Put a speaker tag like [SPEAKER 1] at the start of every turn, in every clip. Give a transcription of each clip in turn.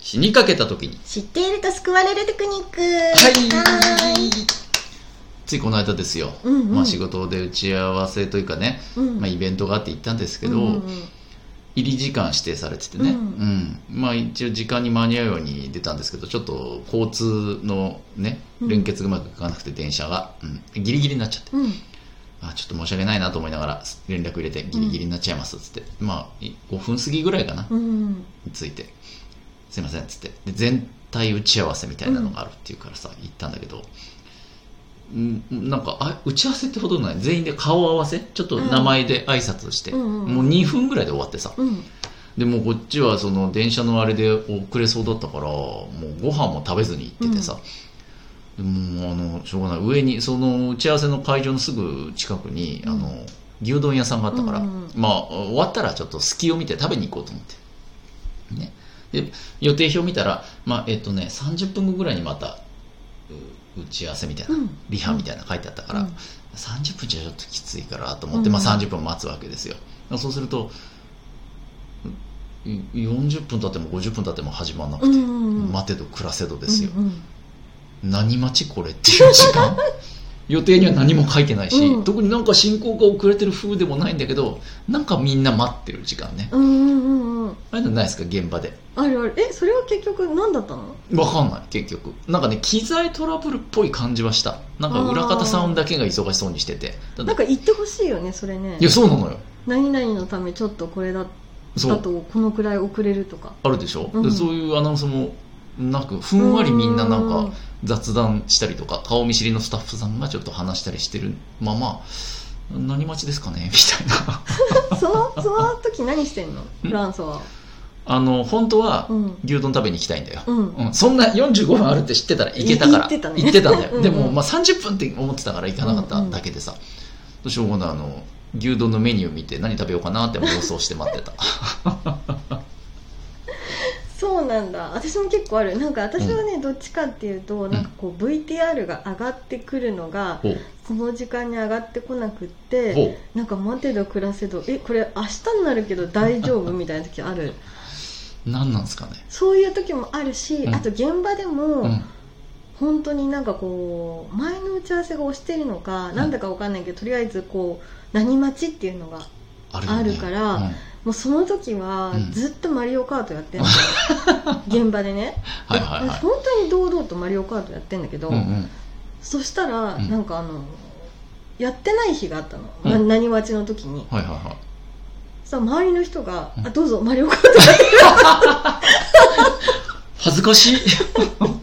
[SPEAKER 1] 死にかけた時に
[SPEAKER 2] 知っていると救われるテクニック。
[SPEAKER 1] はい
[SPEAKER 2] ーい
[SPEAKER 1] ついこの間ですよ、
[SPEAKER 2] うんうん
[SPEAKER 1] まあ、仕事で打ち合わせというかね、
[SPEAKER 2] うん
[SPEAKER 1] まあ、イベントがあって行ったんですけど、
[SPEAKER 2] うんうん
[SPEAKER 1] 入り時間指定されててね、
[SPEAKER 2] う
[SPEAKER 1] うんんまあ、一応時間に間に合うように出たんですけどちょっと交通のね
[SPEAKER 2] うん
[SPEAKER 1] 連結がうまくいかなくて電車が、うん、ギリギリになっちゃって
[SPEAKER 2] うんうん
[SPEAKER 1] あちょっと申し訳ないなと思いながら連絡入れてギリギリになっちゃいますっつって、まあい5分過ぎぐらいかな、
[SPEAKER 2] うん
[SPEAKER 1] について「すいません」っつってで全体打ち合わせみたいなのがあるっていうからさ行ったんだけど、うん、なんかあ打ち合わせってほとんどない全員で顔合わせちょっと名前で挨拶して、
[SPEAKER 2] うんうん
[SPEAKER 1] もう2分ぐらいで終わってさ
[SPEAKER 2] うん
[SPEAKER 1] でもうこっちはその電車のあれで遅れそうだったからもうご飯も食べずに行っててさ、でもうあのしょうがない上にその打ち合わせの会場のすぐ近くに、
[SPEAKER 2] うん
[SPEAKER 1] あの牛丼屋さんがあったから、
[SPEAKER 2] うんうん
[SPEAKER 1] まあ終わったらちょっと隙を見て食べに行こうと思って、ね、で予定表見たら、まあえっとね、30分後ぐらいにまたう打ち合わせみたいな、
[SPEAKER 2] うん
[SPEAKER 1] リハみたいなの書いてあったから、
[SPEAKER 2] うん
[SPEAKER 1] 30分じゃちょっときついからと思って、
[SPEAKER 2] うん
[SPEAKER 1] まあ、30分待つわけですよそうするとう40分経っても50分経っても始まらなく
[SPEAKER 2] う
[SPEAKER 1] て、
[SPEAKER 2] ん
[SPEAKER 1] 待てど暮らせどで
[SPEAKER 2] です
[SPEAKER 1] よ、何待ちこれっていう時 間予定には何も書いてないし、
[SPEAKER 2] うん
[SPEAKER 1] 特になんか進行が遅れてる風でもないんだけどなんかみんな待ってる時間ね
[SPEAKER 2] うんうんうんうん
[SPEAKER 1] ああいうのないですか現場で
[SPEAKER 2] あるあるえそれは結局何だったの
[SPEAKER 1] わかんない結局なんかね機材トラブルっぽい感じはしたなんか裏方さんだけが忙しそうにしててただ
[SPEAKER 2] なんか言ってほしいよねそれね
[SPEAKER 1] いやそうなのよ
[SPEAKER 2] 何々のためちょっとこれだ
[SPEAKER 1] そ
[SPEAKER 2] だ
[SPEAKER 1] う
[SPEAKER 2] とこのくらい遅れるとか
[SPEAKER 1] あるでしょ、
[SPEAKER 2] うん
[SPEAKER 1] でそういうアナウンスもなくふんわりみんななん
[SPEAKER 2] う
[SPEAKER 1] か雑談したりとか顔見知りのスタッフさんがちょっと話したりしてるまま何待ちですかね みたいな
[SPEAKER 2] そのその時何してんのフランソワは
[SPEAKER 1] あの本当は
[SPEAKER 2] うん
[SPEAKER 1] 牛丼食べに行きたいんだよ、
[SPEAKER 2] うん
[SPEAKER 1] うんそんな45分あるって知ってたら行けたから
[SPEAKER 2] い行ってたね
[SPEAKER 1] たんだよ
[SPEAKER 2] うんうん
[SPEAKER 1] でも、まあ、30分って思ってたから行かなかっただけでさ、どうしようもないあの牛丼のメニュー見て何食べようかなってもう予想して待って た
[SPEAKER 2] そうなんだ私も結構あるなんか私はね、どっちかっていうとなんかこう VTR が上がってくるのが
[SPEAKER 1] ほう
[SPEAKER 2] その時間に上がってこなくって
[SPEAKER 1] ほう
[SPEAKER 2] なんか待てど暮らせどえこれ明日になるけど大丈夫みたいな時ある
[SPEAKER 1] 何なんですかね
[SPEAKER 2] そういう時もあるし、
[SPEAKER 1] うん
[SPEAKER 2] あと現場でも、
[SPEAKER 1] うん
[SPEAKER 2] 本当になんかこう前の打ち合わせが押してるのか、なんだかわかんないけどとりあえずこう何待ちっていうのが
[SPEAKER 1] あるよね
[SPEAKER 2] あるから
[SPEAKER 1] うん
[SPEAKER 2] もうその時は
[SPEAKER 1] うん
[SPEAKER 2] ずっと「マリオカート」やってる、現場でね
[SPEAKER 1] はいはいはい
[SPEAKER 2] で本当に堂々と「マリオカート」やってんだけど、
[SPEAKER 1] うんうん
[SPEAKER 2] そしたら
[SPEAKER 1] うん
[SPEAKER 2] なんかあの、やってない日があったの、
[SPEAKER 1] うん
[SPEAKER 2] な何待ちの時に
[SPEAKER 1] はいはいはい
[SPEAKER 2] さ周りの人が「
[SPEAKER 1] うん
[SPEAKER 2] あどうぞマリオカート やって」
[SPEAKER 1] 恥ずか しい
[SPEAKER 2] えそんな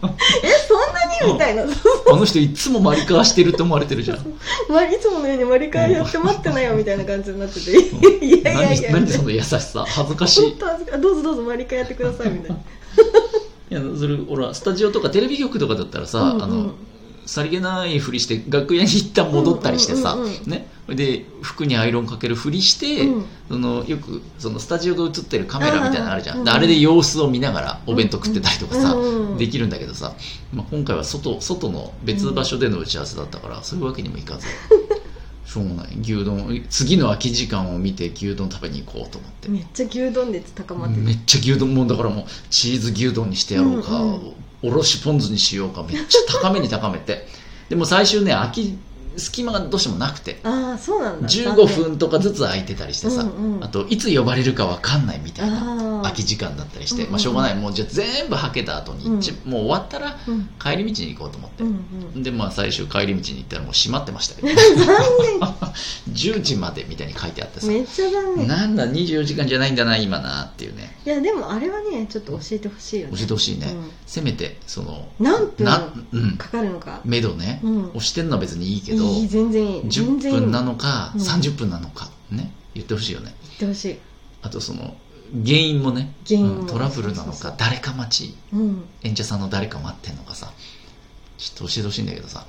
[SPEAKER 2] に?」みたいな
[SPEAKER 1] あの人いつもマリカーしてるって思われてるじゃん
[SPEAKER 2] まいつものように割り替えやって待ってないよみたいな感じになってて、いやいやいや
[SPEAKER 1] 何
[SPEAKER 2] み
[SPEAKER 1] 何
[SPEAKER 2] たい
[SPEAKER 1] そ
[SPEAKER 2] な
[SPEAKER 1] の優しさ恥ずかしい
[SPEAKER 2] 本当恥ずかどうぞどうぞ割り替えやってくださいみたいな。
[SPEAKER 1] いやそれほらスタジオとかテレビ局とかだったらさ、
[SPEAKER 2] うんう ん
[SPEAKER 1] あのさりげないふりして楽屋に一旦戻ったりしてさ、
[SPEAKER 2] うんうんうんうん
[SPEAKER 1] ねで服にアイロンかけるふりして、
[SPEAKER 2] うん
[SPEAKER 1] そのよくそのスタジオが映ってるカメラみたいなのあるじゃん
[SPEAKER 2] あー
[SPEAKER 1] であれで様子を見ながらお弁当食ってたりとかさ、
[SPEAKER 2] うんうん
[SPEAKER 1] できるんだけどさ、まあ、今回は外外の別場所での打ち合わせだったから、そういうわけにもいかずしょうがない牛丼次の空き時間を見て牛丼食べに行こうと思って
[SPEAKER 2] めっちゃ牛丼熱高まって
[SPEAKER 1] め
[SPEAKER 2] る。
[SPEAKER 1] っちゃ牛丼もんだからもうチーズ牛丼にしてやろうか、
[SPEAKER 2] うんうん
[SPEAKER 1] おろしポン酢にしようかめっちゃ高めに高めてでも最終ね空き隙間がどうしてもなくて
[SPEAKER 2] ああそうなんだ。
[SPEAKER 1] 15分とかずつ空いてたりしてさ、
[SPEAKER 2] うんうん
[SPEAKER 1] あといつ呼ばれるかわかんないみたいな
[SPEAKER 2] ああ
[SPEAKER 1] 空き時間だったりして、
[SPEAKER 2] うんうん
[SPEAKER 1] まあ、しょうがないもうじゃあ全部はけた後に、
[SPEAKER 2] うん
[SPEAKER 1] 一もう終わったら
[SPEAKER 2] うん
[SPEAKER 1] 帰り道に行こうと思って
[SPEAKER 2] う、んうん。
[SPEAKER 1] でまあ最終帰り道に行ったらもう閉まってました よ 10時までみたいに書いてあってさ
[SPEAKER 2] めっちゃ残念。
[SPEAKER 1] なんだ24時間じゃないんだな今なっていうね
[SPEAKER 2] いやでもあれはねちょっと教えてほしいよね
[SPEAKER 1] 教え。てほしいね、
[SPEAKER 2] うん
[SPEAKER 1] せめてその
[SPEAKER 2] 何分
[SPEAKER 1] な、うん、
[SPEAKER 2] かかるのか。
[SPEAKER 1] 目処ね、
[SPEAKER 2] うん
[SPEAKER 1] 押してんのは別にいいけど
[SPEAKER 2] いい全然いい。全
[SPEAKER 1] 10
[SPEAKER 2] 然いい。
[SPEAKER 1] 分な
[SPEAKER 2] 言っ
[SPEAKER 1] のか
[SPEAKER 2] うん
[SPEAKER 1] 30分なのかね言ってほしいよね
[SPEAKER 2] てほしい。
[SPEAKER 1] あとその原因もね
[SPEAKER 2] 原因も
[SPEAKER 1] うんトラブルなの
[SPEAKER 2] そうそうそ
[SPEAKER 1] か
[SPEAKER 2] う
[SPEAKER 1] 誰か待ち
[SPEAKER 2] うん。
[SPEAKER 1] 演者さんの誰か待ってんのかさちょっと教えてほしいんだけどさ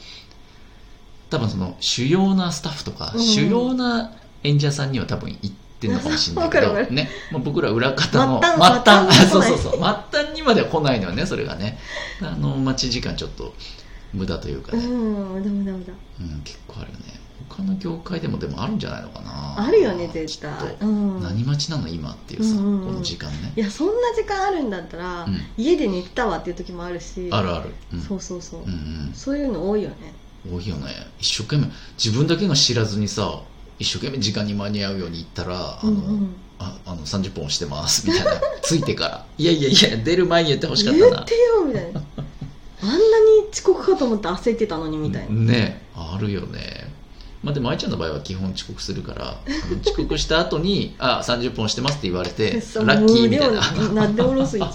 [SPEAKER 1] 多分その主要なスタッフとか、
[SPEAKER 2] うん
[SPEAKER 1] 主要な演者さんには多分行ってんのかもしれないけ
[SPEAKER 2] わかるわ
[SPEAKER 1] ど、
[SPEAKER 2] か
[SPEAKER 1] ねまあ、僕ら裏方の
[SPEAKER 2] 末端末端
[SPEAKER 1] そうそうそう末端にまでは来ないのよねそれがねあの待ち時間ちょっと無駄というか
[SPEAKER 2] う
[SPEAKER 1] ね、
[SPEAKER 2] ん無駄無駄無駄。
[SPEAKER 1] うん、結構あるよね他の業界でもでもあるんじゃないのかな
[SPEAKER 2] あるよね絶
[SPEAKER 1] ちょっ
[SPEAKER 2] 対、
[SPEAKER 1] と
[SPEAKER 2] うん、い
[SPEAKER 1] 何待ちなの今っていうさ、
[SPEAKER 2] うんうんうん
[SPEAKER 1] この時間ね、
[SPEAKER 2] やそんな時間あるんだったら、
[SPEAKER 1] う
[SPEAKER 2] 家で寝てたわっていう時もあるし
[SPEAKER 1] ん、あるある、うん、
[SPEAKER 2] そうそうそう、
[SPEAKER 1] うんうん
[SPEAKER 2] そういうの多いよね
[SPEAKER 1] 多いよね一生懸命自分だけが知らずにさ一生懸命時間に間に合うように言ったらあ
[SPEAKER 2] う
[SPEAKER 1] の、
[SPEAKER 2] んうん
[SPEAKER 1] ああの30分押してますみたいな ついてからいやいやいや出る前に言ってほしかっ
[SPEAKER 2] 言った
[SPEAKER 1] な
[SPEAKER 2] てよみたいなあんなに遅刻かと思って焦ってたのにみたいな、
[SPEAKER 1] ねあるよねまあでも愛ちゃんの場合は基本遅刻するからあの遅刻した後に「あ30分押してます」って言われて「
[SPEAKER 2] で そう
[SPEAKER 1] ラッキー」みたいな
[SPEAKER 2] もう量なってお ろす勢い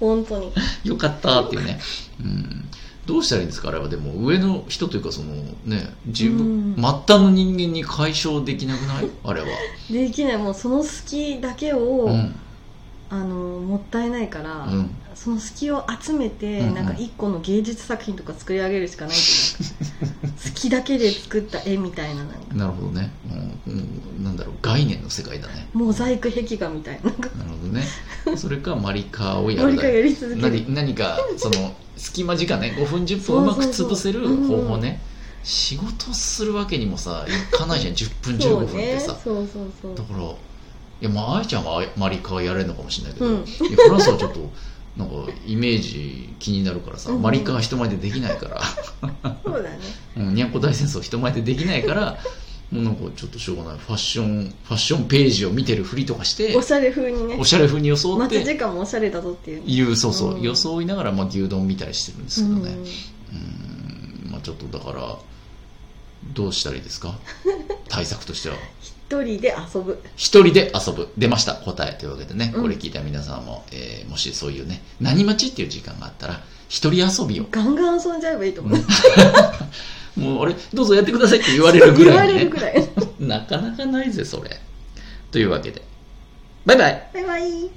[SPEAKER 2] 本当に
[SPEAKER 1] 「よかった」っていうね、うん、どうしたらいいんですかあれはでも上の人というかそのね自分
[SPEAKER 2] うん
[SPEAKER 1] 末端の人間に解消できなくないあれは、
[SPEAKER 2] できないもうその隙だけを、
[SPEAKER 1] うん
[SPEAKER 2] あのもったいないから、
[SPEAKER 1] うん、
[SPEAKER 2] その隙を集めて、
[SPEAKER 1] うんうん
[SPEAKER 2] なんか一個の芸術作品とか作り上げるしかないっていうか隙だけで作った絵みたいななんか
[SPEAKER 1] なるほどね、うんうん、なんだろう概念の世界 だね
[SPEAKER 2] モザイク壁画みたいななんか
[SPEAKER 1] なるほどねそれかマリカーをや
[SPEAKER 2] 何
[SPEAKER 1] る
[SPEAKER 2] か
[SPEAKER 1] だけ
[SPEAKER 2] やり続ける
[SPEAKER 1] 何何かその隙間時間ね5分10分うまく潰せる方法ね仕事するわけにもさいかないじゃん10分15
[SPEAKER 2] そう
[SPEAKER 1] 分って
[SPEAKER 2] ね
[SPEAKER 1] さ、
[SPEAKER 2] そうそうそう
[SPEAKER 1] だからいやまあ愛ちゃんはマリカーやれるのかもしれないけど、
[SPEAKER 2] うん
[SPEAKER 1] いやフランスはちょっとなんかイメージ気になるからさ、
[SPEAKER 2] うん
[SPEAKER 1] マリカーは人前でできないから
[SPEAKER 2] そうだね
[SPEAKER 1] うんにゃんこ大戦争人前でできないからもうなんかちょっとしょうがないファッションファッションページを見てるふりとかして
[SPEAKER 2] おしゃれ風にね
[SPEAKER 1] おしゃれ風に装っ
[SPEAKER 2] 待ち
[SPEAKER 1] て
[SPEAKER 2] 時間もおしゃれだぞっていうね
[SPEAKER 1] 言うそうそう、
[SPEAKER 2] うん
[SPEAKER 1] 装いながらまあ牛丼見たりしてるんですけどね
[SPEAKER 2] うん
[SPEAKER 1] うんまあちょっとだからどうしたらいい ですか対策としては
[SPEAKER 2] 一人で遊ぶ
[SPEAKER 1] 一人で遊ぶ出ました答えというわけでね、
[SPEAKER 2] うん
[SPEAKER 1] これ聞いた皆さんも、えーもしそういうね何待ちっていう時間があったら一人遊びを
[SPEAKER 2] ガンガン遊んじゃえばいいと思う、
[SPEAKER 1] もうあれどうぞやってくださいって言われるぐ
[SPEAKER 2] 言
[SPEAKER 1] ら
[SPEAKER 2] わ
[SPEAKER 1] い、ね、
[SPEAKER 2] れるぐらい
[SPEAKER 1] なかなかないぜ、それ。というわけで。バイバイ
[SPEAKER 2] バイバイ